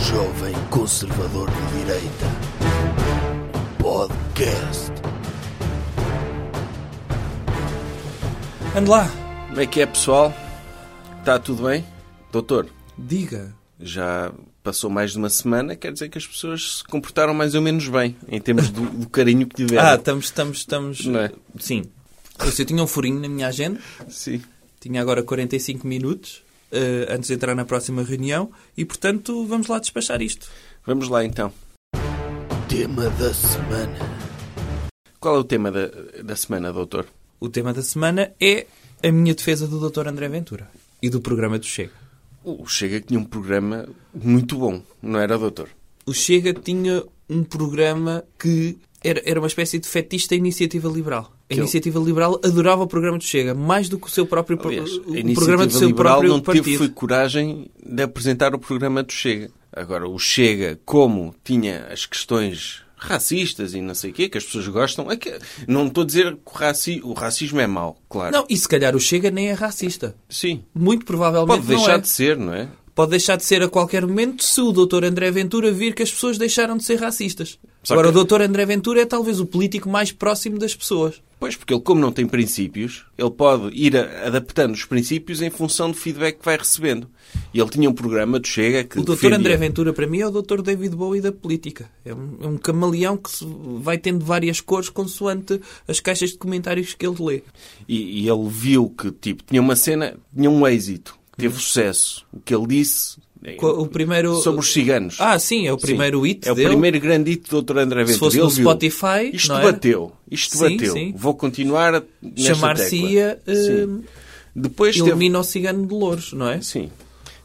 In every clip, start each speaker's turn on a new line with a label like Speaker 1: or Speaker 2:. Speaker 1: Jovem Conservador de Direita. Podcast.
Speaker 2: Ande lá,
Speaker 1: Como é que é, pessoal? Está tudo bem? Doutor,
Speaker 2: diga.
Speaker 1: já passou mais de uma semana, quer dizer que as pessoas se comportaram mais ou menos bem, em termos do, do carinho que
Speaker 2: Ah,
Speaker 1: tiveram.
Speaker 2: estamos, estamos, estamos.
Speaker 1: Não é?
Speaker 2: Sim. Eu, sei, eu tinha um furinho na minha agenda,
Speaker 1: Sim.
Speaker 2: tinha agora 45 minutos eh, antes de entrar na próxima reunião e, portanto, vamos lá despachar isto.
Speaker 1: Vamos lá então.
Speaker 3: Tema da semana.
Speaker 1: Qual é o tema da, da semana, doutor?
Speaker 2: O tema da semana é a minha defesa do Dr. André Ventura e do programa do Chega.
Speaker 1: O Chega que tinha um programa muito bom, não era, doutor?
Speaker 2: O Chega tinha um programa que era, era uma espécie de fetista iniciativa liberal. A
Speaker 1: eu-
Speaker 2: iniciativa liberal adorava o programa do Chega, mais do que o seu próprio pro-
Speaker 1: Aliás, a
Speaker 2: o programa do
Speaker 1: Iniciativa
Speaker 2: seu
Speaker 1: Liberal
Speaker 2: próprio
Speaker 1: não
Speaker 2: partido.
Speaker 1: teve foi coragem de apresentar o programa do Chega. Agora, o Chega, como tinha as questões racistas e não sei o quê, que as pessoas gostam, é que, não estou a dizer que o, raci- o racismo é mau, claro.
Speaker 2: Não, e se calhar o Chega nem é racista.
Speaker 1: Sim.
Speaker 2: Muito provavelmente
Speaker 1: Pode deixar
Speaker 2: não é.
Speaker 1: de ser, não é?
Speaker 2: Pode deixar de ser a qualquer momento se o Dr. André Ventura vir que as pessoas deixaram de ser racistas.
Speaker 1: Só
Speaker 2: Agora,
Speaker 1: que-
Speaker 2: o Dr. André Ventura é talvez o político mais próximo das pessoas.
Speaker 1: Pois, porque ele, como não tem princípios, ele pode ir a- adaptando os princípios em função do feedback que vai recebendo. E ele tinha um programa do Chega que
Speaker 2: O Dr.
Speaker 1: defendia-
Speaker 2: André Ventura, para mim, é o Dr. David Bowie da política. É um, é um camaleão que se- vai tendo várias cores consoante as caixas de comentários que ele lê.
Speaker 1: E, e ele viu que, tipo, tinha uma cena, tinha um êxito, teve sucesso. O que ele disse eh,
Speaker 2: Co- Uhum. O primeiro...
Speaker 1: sobre os ciganos.
Speaker 2: Ah, sim, é o primeiro
Speaker 1: Sim.
Speaker 2: hit
Speaker 1: É o
Speaker 2: dele.
Speaker 1: primeiro grande hit do Dr. André Ventura.
Speaker 2: Se fosse
Speaker 1: Ele
Speaker 2: no
Speaker 1: viu,
Speaker 2: Spotify,
Speaker 1: Isto
Speaker 2: não era?
Speaker 1: bateu, isto
Speaker 2: Sim,
Speaker 1: bateu.
Speaker 2: sim.
Speaker 1: Vou continuar a- nesta
Speaker 2: Chamar-se-ia eh,
Speaker 1: tecla. Sim. Depois teve...
Speaker 2: Ilumina o Cigano de Louros, não é?
Speaker 1: Sim.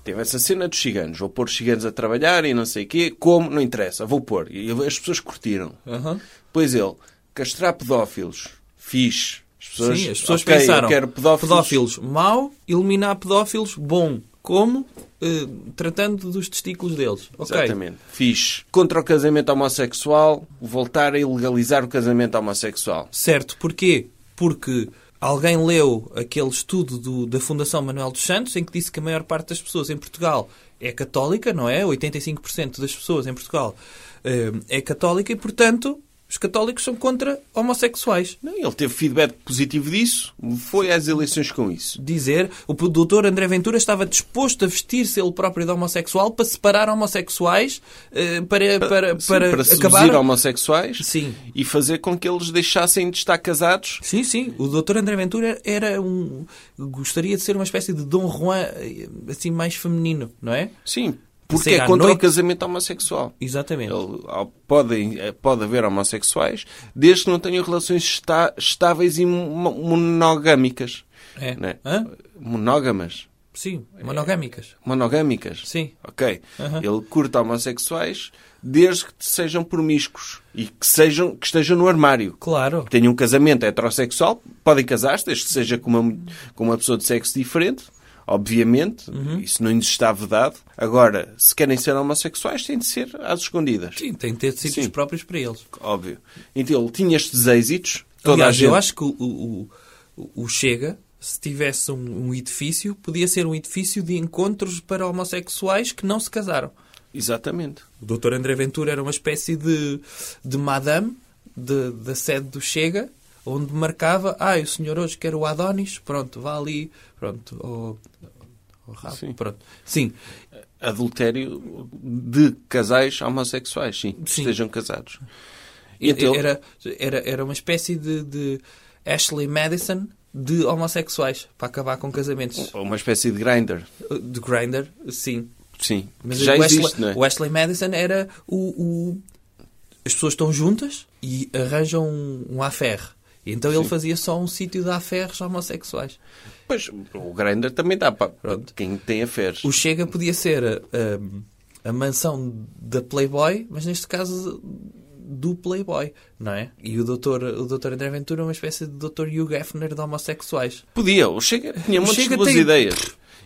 Speaker 1: Teve essa cena dos ciganos. Vou pôr os ciganos a trabalhar e não sei o quê. Como? Não interessa. Vou pôr. E as pessoas curtiram.
Speaker 2: Aham.
Speaker 1: Pois ele, castrar pedófilos, fixe. As pessoas,
Speaker 2: Sim, as pessoas
Speaker 1: "Ok, eu
Speaker 2: pensaram.
Speaker 1: quero pedófilos.
Speaker 2: pedófilos mau, eliminar pedófilos bom. Como? Eh, tratando dos testículos deles. Ok.
Speaker 1: Exatamente. Fixe. Contra o casamento homossexual, voltar a ilegalizar o casamento homossexual.
Speaker 2: Certo, porquê? Porque alguém leu aquele estudo do- da Fundação Manuel dos Santos em que disse que a maior parte das pessoas em Portugal é católica, não é? 85% das pessoas em Portugal eh, é católica e, portanto, os católicos são contra homossexuais.
Speaker 1: Não, ele teve feedback positivo disso, foi às eleições com isso.
Speaker 2: dizer, o doutor André Ventura estava disposto a vestir-se ele próprio de homossexual para separar homossexuais, eh, para, para,
Speaker 1: Sim,
Speaker 2: para,
Speaker 1: para seduzir
Speaker 2: acabar...
Speaker 1: homossexuais
Speaker 2: Sim.
Speaker 1: e fazer com que eles deixassem de estar casados.
Speaker 2: Sim, sim. O doutor André Ventura era um... Gostaria de ser uma espécie de Dom Juan, eh, assim, mais feminino, não é?
Speaker 1: Sim, porque
Speaker 2: Sair
Speaker 1: é
Speaker 2: à
Speaker 1: contra o
Speaker 2: noite.
Speaker 1: casamento homossexual.
Speaker 2: Exatamente.
Speaker 1: Ele- ao- podem, eh, pode haver homossexuais desde que não tenham relações esta- estáveis e mo- monogâmicas.
Speaker 2: É.
Speaker 1: Né?
Speaker 2: Hã?
Speaker 1: Monógamas.
Speaker 2: Sim, monogâmicas.
Speaker 1: Monogâmicas?
Speaker 2: Sim.
Speaker 1: Ok.
Speaker 2: Aham.
Speaker 1: Ele curta homossexuais desde que sejam promíscuos e que, sejam, que estejam no armário.
Speaker 2: Claro.
Speaker 1: Que tenham um casamento heterossexual, podem casar-se, desde que seja com uma, mu- com uma pessoa de sexo diferente, obviamente.
Speaker 2: Uhum.
Speaker 1: Isso não lhes está vedado. Agora, se querem ser homossexuais, têm de ser às escondidas.
Speaker 2: Sim, tem de ter sítios
Speaker 1: Sim.
Speaker 2: próprios para eles.
Speaker 1: Óbvio. Então, ele tinha estes êxitos. Toda
Speaker 2: Aliás,
Speaker 1: a gente...
Speaker 2: eu acho que o, o- o- o Chega, se tivesse um, um edifício, podia ser um edifício de encontros para homossexuais que não se casaram.
Speaker 1: Exatamente.
Speaker 2: O Dr. André Ventura era uma espécie de, de madame de- da sede do Chega, onde marcava, ah, o senhor hoje quer o Adonis, pronto, vá ali, pronto, ou... ou rabo,
Speaker 1: Sim.
Speaker 2: Pronto. Sim,
Speaker 1: Adultério de casais homossexuais, sim. que
Speaker 2: Sim.
Speaker 1: Estejam casados. Então-
Speaker 2: era, era, era uma espécie de, de Ashley Madison de homossexuais, para acabar com casamentos.
Speaker 1: Ou é uma espécie de grinder.
Speaker 2: De Grindr, sim.
Speaker 1: Sim.
Speaker 2: Mas
Speaker 1: já
Speaker 2: o,
Speaker 1: existe,
Speaker 2: Wesley,
Speaker 1: não é?
Speaker 2: o Wesley Madison era o, o- As pessoas estão juntas e arranjam um, um affair. E Então ele fazia só um sítio de affaires homossexuais.
Speaker 1: Pois, o grinder também dá para para
Speaker 2: Pronto.
Speaker 1: quem tem afers.
Speaker 2: O Chega podia ser hum, a, a- a mansão da Playboy, mas neste caso do Playboy, não é? E o doutor, o doutor André Ventura é uma espécie de doutor Hugh Hefner de homossexuais.
Speaker 1: Podia, o Chega tinha
Speaker 2: O
Speaker 1: muitas
Speaker 2: Chega
Speaker 1: boas
Speaker 2: tem-
Speaker 1: ideias.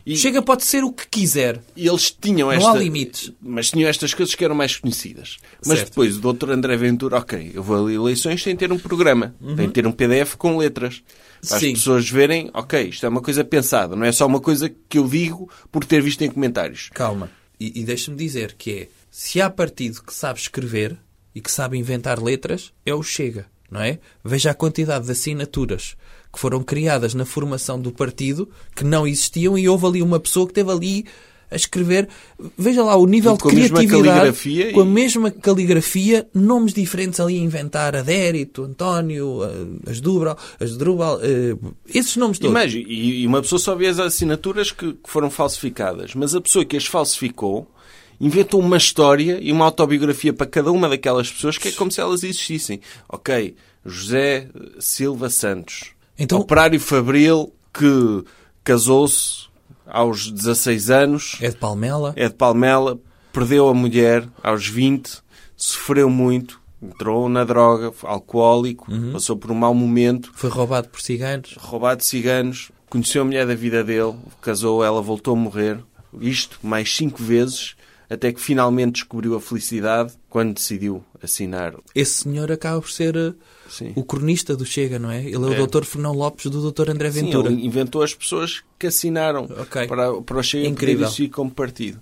Speaker 1: E
Speaker 2: O Chega pode ser o que quiser.
Speaker 1: e eles tinham
Speaker 2: Não
Speaker 1: esta...
Speaker 2: há limites.
Speaker 1: Mas tinham estas coisas que eram mais conhecidas. Mas
Speaker 2: Certo.
Speaker 1: depois o Dr. André Ventura, ok, eu vou a eleições, tem de ter um programa. Tem de ter um PDF com letras. Para
Speaker 2: Uhum. Sim.
Speaker 1: as pessoas verem, ok, isto é uma coisa pensada. Não é só uma coisa que eu digo por ter visto em comentários.
Speaker 2: Calma. E, e deixa-me dizer que é, se há partido que sabe escrever e que sabe inventar letras, é o Chega, não é? Veja a quantidade de assinaturas que foram criadas na formação do partido que não existiam e houve ali uma pessoa que teve ali a escrever. Veja lá o nível
Speaker 1: Com a
Speaker 2: de
Speaker 1: mesma
Speaker 2: criatividade,
Speaker 1: caligrafia e-
Speaker 2: com a mesma caligrafia, nomes diferentes ali a inventar, Adérito, António, eh, Asdrubal, Asdrubal, eh, esses nomes todos.
Speaker 1: Imagina, e e uma pessoa só vê as assinaturas que, que foram falsificadas, mas a pessoa que as falsificou inventou uma história e uma autobiografia para cada uma daquelas pessoas que é como se elas existissem. Ok, José Silva Santos,
Speaker 2: Então-
Speaker 1: operário fabril que casou-se aos 16 anos,
Speaker 2: É de Palmela.
Speaker 1: é de Palmela, perdeu a mulher aos 20, sofreu muito, entrou na droga, foi alcoólico, passou por um mau momento,
Speaker 2: Foi roubado por ciganos.
Speaker 1: roubado de ciganos, conheceu a mulher da vida dele, casou, ela voltou a morrer, isto mais cinco vezes, até que finalmente descobriu a felicidade quando decidiu assinar.
Speaker 2: Esse senhor acaba por ser eh,
Speaker 1: Sim.
Speaker 2: o cronista do Chega, não é? Ele é o
Speaker 1: É.
Speaker 2: Dr. Fernão Lopes do Dr. André
Speaker 1: Sim,
Speaker 2: Ventura.
Speaker 1: ele inventou as pessoas que assinaram
Speaker 2: Ok.
Speaker 1: para, para o Chega
Speaker 2: Incrível.
Speaker 1: Incrível. si como partido.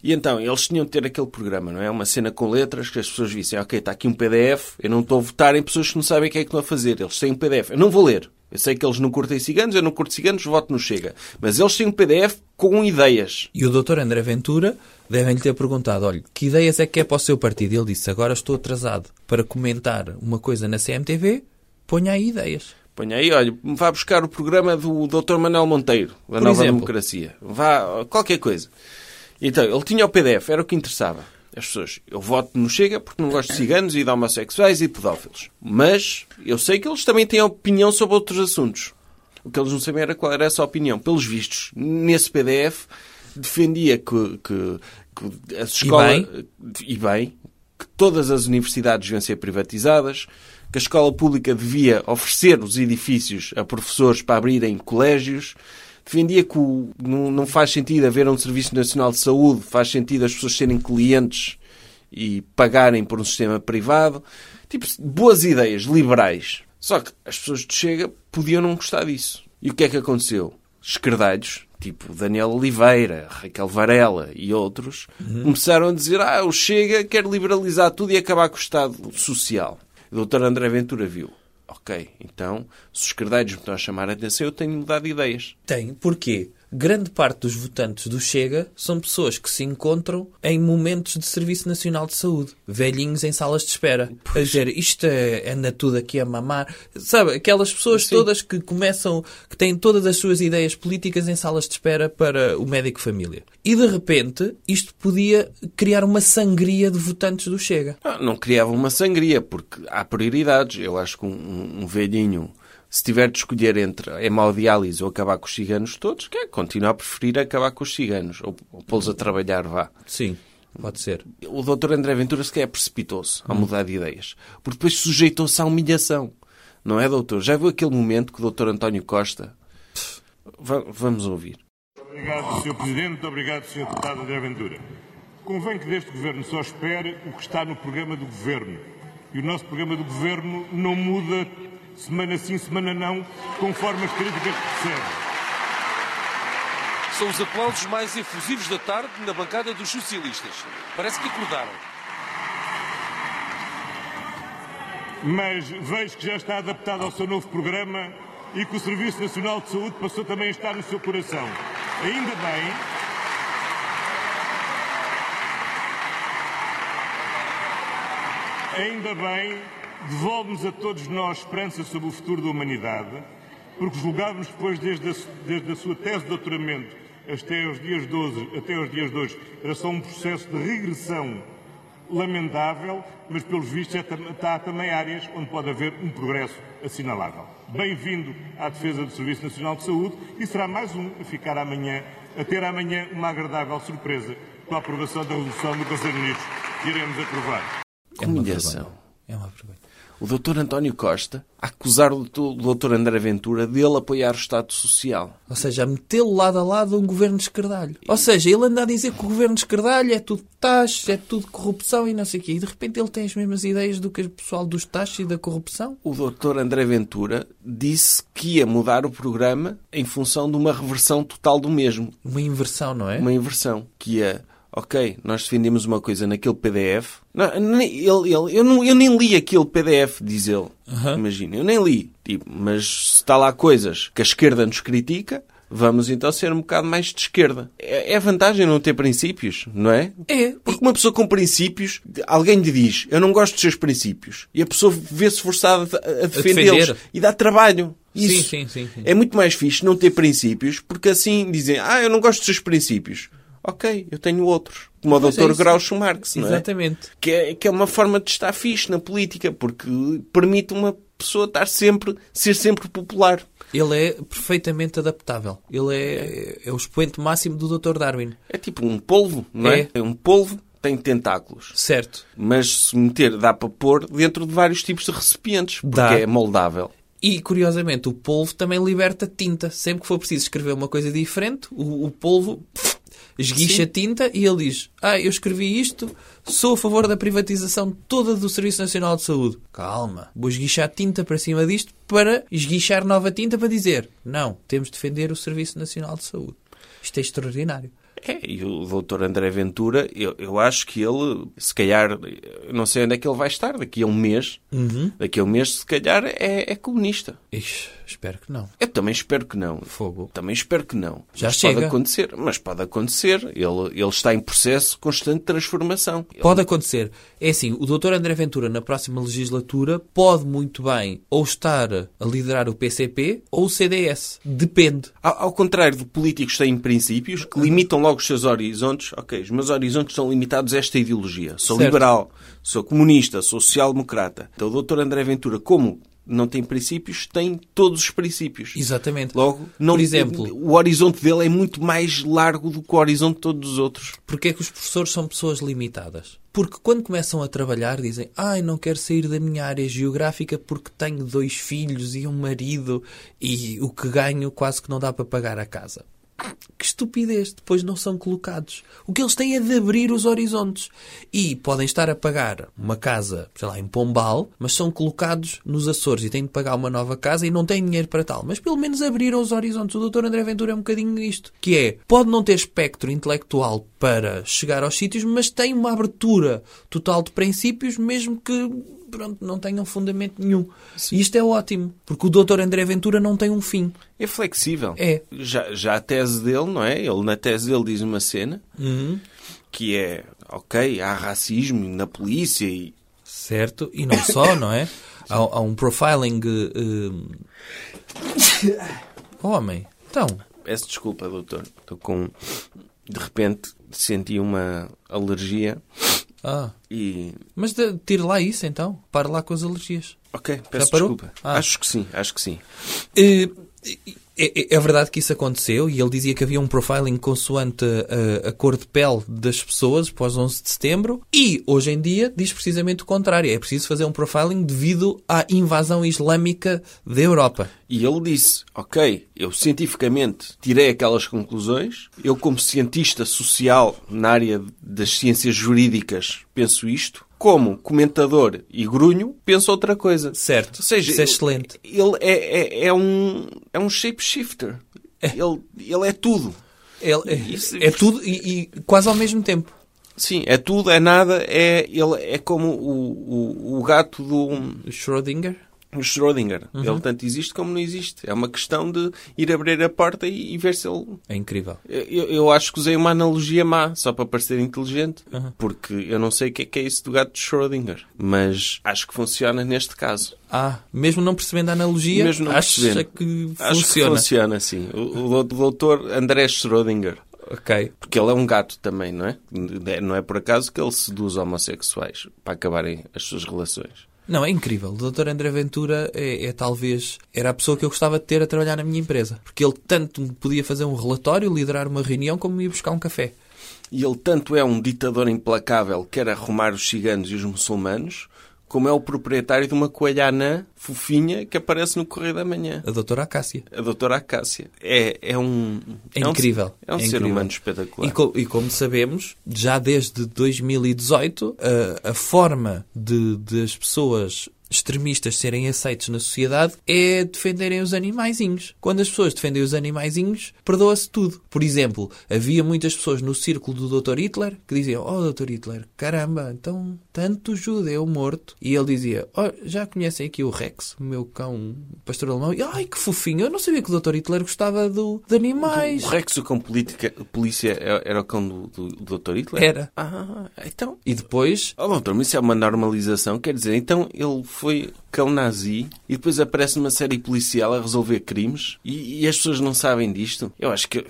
Speaker 1: E então, eles tinham de ter aquele programa, não é? Uma cena com letras que as pessoas vissem, ok, está aqui um PDF, eu não estou a votar em pessoas que não sabem o que é que estão a fazer. Eles têm um PDF, eu não vou ler. Eu sei que eles não curtem ciganos, eu não curto ciganos, voto no Chega. Mas eles têm um PDF com ideias.
Speaker 2: E o Dr. André Ventura devem-lhe ter perguntado: olha, que ideias é que é para o seu partido? Ele disse: agora estou atrasado para comentar uma coisa na CMTV, ponha aí ideias.
Speaker 1: Ponha aí, olha, vá buscar o programa do Dr. Manuel Monteiro, da
Speaker 2: Por
Speaker 1: Nova
Speaker 2: exemplo.
Speaker 1: Democracia. Vá, qualquer coisa. Então, ele tinha o PDF, era o que interessava. As pessoas, eu voto no Chega porque não gosto de ciganos e de homossexuais e de pedófilos. Mas eu sei que eles também têm opinião sobre outros assuntos. O que eles não sabiam era qual era essa opinião. Pelos vistos, nesse PDF, defendia que, que, que as escolas...
Speaker 2: bem.
Speaker 1: E bem, que todas as universidades deviam ser privatizadas, que a escola pública devia oferecer os edifícios a professores para abrirem colégios, defendia que o- não, não faz sentido haver um Serviço Nacional de Saúde, faz sentido as pessoas serem clientes e pagarem por um sistema privado. Tipo, boas ideias, liberais. Só que as pessoas de Chega podiam não gostar disso. E o que é que aconteceu? Esquerdalhos, tipo Daniel Oliveira, Raquel Varela e outros, começaram a dizer ah, o Chega quer liberalizar tudo e acabar com o Estado Social. O doutor André Ventura viu. Ok, então, se os esquerdalhos me estão a chamar a atenção, eu tenho de mudar de ideias.
Speaker 2: Tem, porque grande parte dos votantes do Chega são pessoas que se encontram em momentos de Serviço Nacional de Saúde, velhinhos em salas de espera, a dizer isto é, anda tudo aqui a mamar. Sabe, aquelas pessoas todas que começam, que têm todas as suas ideias políticas em salas de espera para o médico família. E de repente, isto podia criar uma sangria de votantes do Chega.
Speaker 1: Ah, Não, não criava uma sangria, porque há prioridades. Eu acho que um- um, um velhinho, se tiver de escolher entre hemodiálise ou acabar com os ciganos todos, quer continuar a preferir acabar com os ciganos, ou, ou pô-los a trabalhar, vá.
Speaker 2: Sim, pode ser.
Speaker 1: o Dr. André Ventura se calhar precipitou-se a mudar de ideias, porque depois sujeitou-se à humilhação. Não é, doutor? Já viu aquele momento que o Dr. António Costa. Va- vamos ouvir.
Speaker 4: Obrigado, Sr. Presidente. Muito obrigado, Sr. Deputado André Ventura. Convém que deste Governo só espere o que está no programa do Governo. E o nosso programa do Governo não muda semana sim, semana não, conforme as críticas que recebe.
Speaker 5: São os aplausos mais efusivos da tarde na bancada dos socialistas. Parece que acordaram.
Speaker 4: mas vejo que já está adaptado ao seu novo programa e que o Serviço Nacional de Saúde passou também a estar no seu coração. Ainda bem. Ainda bem, devolve-nos a todos nós esperança sobre o futuro da humanidade, porque julgávamos depois, desde a, su- desde a sua tese de doutoramento até aos dias de hoje, até aos dias de hoje, era só um processo de regressão lamentável, mas pelos vistos é tam- está também áreas onde pode haver um progresso assinalável. Bem-vindo à defesa do Serviço Nacional de Saúde e será mais um a ficar amanhã, a ter amanhã uma agradável surpresa com a aprovação da resolução do Conselho de Ministros que iremos aprovar.
Speaker 2: É uma
Speaker 1: Humilhação.
Speaker 2: vergonha. É uma vergonha.
Speaker 1: O Dr. António Costa a acusar o Dr. o Dr. André Ventura dele apoiar o Estado Social.
Speaker 2: Ou seja, a metê-lo lado a lado a um governo de esquerdalho. Ou seja, ele anda a dizer que o governo de esquerdalho é tudo taxas, é tudo corrupção e não sei o quê. E de repente ele tem as mesmas ideias do que o pessoal dos taxas e da corrupção.
Speaker 1: O Dr. André Ventura disse que ia mudar o programa em função de uma reversão total do mesmo.
Speaker 2: Uma inversão, não é?
Speaker 1: uma inversão, que ia Ok, nós defendemos uma coisa naquele PDF. Não, nem- ele- ele- eu, não- eu nem li aquele PDF, diz ele. Imagina, eu nem li. Tipo, mas se está lá coisas que a esquerda nos critica, vamos então ser um bocado mais de esquerda. É, é vantagem não ter princípios, não é?
Speaker 2: É.
Speaker 1: Porque uma pessoa com princípios, alguém lhe diz, eu não gosto dos seus princípios. E a pessoa vê-se forçada a, a defendê-los.
Speaker 2: defender.
Speaker 1: E dá trabalho.
Speaker 2: Sim,
Speaker 1: Isso
Speaker 2: sim, sim, sim.
Speaker 1: é muito mais fixe não ter princípios, porque assim dizem, ah, eu não gosto dos seus princípios. Ok, eu tenho outros. Como o
Speaker 2: Pois é
Speaker 1: Dr.
Speaker 2: isso.
Speaker 1: Groucho Marx, não é?
Speaker 2: Exatamente.
Speaker 1: Que é? Que é uma forma de estar fixe na política, porque permite uma pessoa estar sempre, ser sempre popular.
Speaker 2: Ele é perfeitamente adaptável. Ele é, é o expoente máximo do Dr. Darwin.
Speaker 1: É tipo um polvo, não é?
Speaker 2: É.
Speaker 1: É um polvo, tem tentáculos.
Speaker 2: Certo.
Speaker 1: Mas se meter, dá para pôr dentro de vários tipos de recipientes, porque
Speaker 2: Dá.
Speaker 1: é moldável.
Speaker 2: E, curiosamente, o polvo também liberta tinta. Sempre que for preciso escrever uma coisa diferente, o, o polvo pff, esguicha a tinta e ele diz Ah, eu escrevi isto, sou a favor da privatização toda do Serviço Nacional de Saúde. Calma. Vou esguichar tinta para cima disto para esguichar nova tinta para dizer Não, temos de defender o Serviço Nacional de Saúde. Isto é extraordinário.
Speaker 1: É, e o doutor André Ventura, eu, eu acho que ele, se calhar, eu não sei onde é que ele vai estar daqui a um mês.
Speaker 2: Uhum.
Speaker 1: Daqui a um mês, se calhar, é, é comunista.
Speaker 2: Ixi, espero que não.
Speaker 1: Eu também espero que não.
Speaker 2: Fogo.
Speaker 1: Também espero que não.
Speaker 2: Já
Speaker 1: mas pode
Speaker 2: chega.
Speaker 1: acontecer. Mas pode acontecer. Ele, ele está em processo constante de transformação.
Speaker 2: Pode acontecer. É assim, o Dr. André Ventura, na próxima legislatura, pode muito bem ou estar a liderar o PCP ou o CDS. Depende.
Speaker 1: Ao, ao contrário de políticos que têm princípios, que limitam logo os seus horizontes, ok, os meus horizontes são limitados a esta ideologia. Sou
Speaker 2: Certo.
Speaker 1: liberal, sou comunista, sou social-democrata. Então o Dr. André Ventura, como não tem princípios, tem todos os princípios.
Speaker 2: Exatamente.
Speaker 1: Logo, não,
Speaker 2: Por exemplo,
Speaker 1: o horizonte dele é muito mais largo do que o horizonte de todos os outros.
Speaker 2: porque é que os professores são pessoas limitadas? Porque quando começam a trabalhar dizem ai, não quero sair da minha área geográfica porque tenho dois filhos e um marido e o que ganho quase que não dá para pagar a casa. Que estupidez, depois não são colocados. O que eles têm é de abrir os horizontes. E podem estar a pagar uma casa, sei lá, em Pombal, mas são colocados nos Açores e têm de pagar uma nova casa e não têm dinheiro para tal. Mas pelo menos abriram os horizontes. O Dr. André Ventura é um bocadinho isto, que é, pode não ter espectro intelectual para chegar aos sítios, mas tem uma abertura total de princípios, mesmo que pronto, não tenham fundamento nenhum. E isto é ótimo, porque o Dr. André Ventura não tem um fim.
Speaker 1: É flexível.
Speaker 2: É.
Speaker 1: Já, já a tese dele, não é? Ele na tese dele diz uma cena
Speaker 2: Uhum.
Speaker 1: que é, ok, há racismo na polícia e
Speaker 2: Certo, e não só, não é? Há, há um profiling. eh, hum. Homem, então,
Speaker 1: Peço desculpa, doutor. Estou com. De repente senti uma alergia
Speaker 2: ah,
Speaker 1: e.
Speaker 2: mas de- tire lá isso então, pare lá com as alergias.
Speaker 1: Ok, peço
Speaker 2: parou?
Speaker 1: desculpa.
Speaker 2: Ah.
Speaker 1: Acho que sim, acho que sim.
Speaker 2: Eh, É, é- é verdade que isso aconteceu e ele dizia que havia um profiling consoante eh, a, a- a cor de pele das pessoas pós 11 de setembro e hoje em dia diz precisamente o contrário. É preciso fazer um profiling devido à invasão islâmica da Europa.
Speaker 1: E ele disse: Ok, eu cientificamente tirei aquelas conclusões, eu, como cientista social na área das ciências jurídicas, penso isto. Como comentador e grunho, penso outra coisa.
Speaker 2: Certo.
Speaker 1: Ou seja,
Speaker 2: Isso é
Speaker 1: ele-
Speaker 2: excelente.
Speaker 1: Ele é, é, é um, é um shapeshifter. Ele, ele é tudo.
Speaker 2: Ele-
Speaker 1: Isso-
Speaker 2: é, é tudo e- e quase ao mesmo tempo.
Speaker 1: Sim, é tudo, é nada, é, ele é como o, o, o gato do
Speaker 2: Schrödinger?
Speaker 1: Schrödinger.
Speaker 2: Uhum.
Speaker 1: Ele tanto existe como não existe. É uma questão de ir abrir a porta e, e ver se ele.
Speaker 2: É incrível.
Speaker 1: Eu, eu acho que usei uma analogia má, só para parecer inteligente,
Speaker 2: Uhum.
Speaker 1: porque eu não sei o que é, que é isso do gato de Schrödinger, mas acho que funciona neste caso.
Speaker 2: Ah, mesmo não percebendo a analogia,
Speaker 1: Mesmo não
Speaker 2: acha
Speaker 1: percebendo.
Speaker 2: é que funciona.
Speaker 1: Acho que funciona, sim. O, o doutor André Schrödinger.
Speaker 2: Ok.
Speaker 1: Porque ele é um gato também, não é? Não é por acaso que ele seduz homossexuais para acabarem as suas relações.
Speaker 2: Não, é incrível. O Dr. André Ventura é, é talvez... Era a pessoa que eu gostava de ter a trabalhar na minha empresa. Porque ele tanto me podia fazer um relatório, liderar uma reunião, como me ia buscar um café.
Speaker 1: E ele tanto é um ditador implacável que quer arrumar os ciganos e os muçulmanos, como é o proprietário de uma coelha anã fofinha que aparece no Correio da Manhã.
Speaker 2: A doutora Acácia.
Speaker 1: A doutora Acácia. É, é um...
Speaker 2: É
Speaker 1: um-
Speaker 2: incrível.
Speaker 1: é um
Speaker 2: É
Speaker 1: ser
Speaker 2: incrível.
Speaker 1: humano espetacular.
Speaker 2: E, co- e como sabemos, já desde 2018, a, a forma de, de as pessoas extremistas serem aceitos na sociedade é defenderem os animaizinhos. Quando as pessoas defendem os animaizinhos, perdoa-se tudo. Por exemplo, havia muitas pessoas no círculo do Dr. Hitler que diziam: Oh, Dr. Hitler, caramba, então tanto judeu morto. E ele dizia: Oh, já conhecem aqui o Rex, o meu cão pastor alemão? E, Ai, que fofinho, eu não sabia que o Dr. Hitler gostava do, de animais.
Speaker 1: O Rex, o cão política, polícia, era- era o cão do, do, do Dr. Hitler?
Speaker 2: Era.
Speaker 1: Ah, então...
Speaker 2: E depois
Speaker 1: Oh, doutor, mas isso é uma normalização. Quer dizer, então ele foi cão nazi e depois aparece uma série policial a resolver crimes e, e as pessoas não sabem disto? Eu acho que...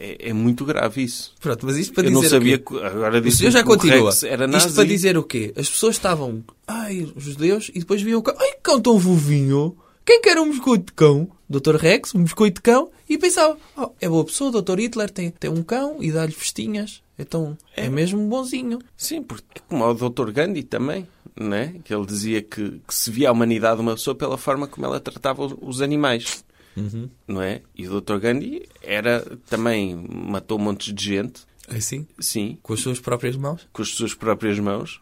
Speaker 1: É, é muito grave isso.
Speaker 2: Pronto, mas isto para
Speaker 1: Eu
Speaker 2: dizer
Speaker 1: não sabia
Speaker 2: que...
Speaker 1: que agora
Speaker 2: O
Speaker 1: disse
Speaker 2: senhor já
Speaker 1: que o
Speaker 2: continua.
Speaker 1: Rex era nazi.
Speaker 2: Isto para dizer o quê? As pessoas estavam... Ai, os judeus. E depois viam o cão. Ai, que cão tão vovinho. Quem quer um biscoito de cão? Dr. Rex, um biscoito de cão. E pensavam... Oh, é boa pessoa, Dr. Hitler tem, tem um cão e dá-lhe festinhas. Então, é, mesmo bonzinho.
Speaker 1: Sim, porque é como o Dr. Gandhi também, né? que ele dizia que, que se via a humanidade uma pessoa pela forma como ela tratava os- os animais.
Speaker 2: Uhum.
Speaker 1: Não é? E o Dr. Gandhi era também matou um monte de gente,
Speaker 2: Assim?
Speaker 1: sim,
Speaker 2: Com as suas próprias mãos.
Speaker 1: com as suas próprias mãos.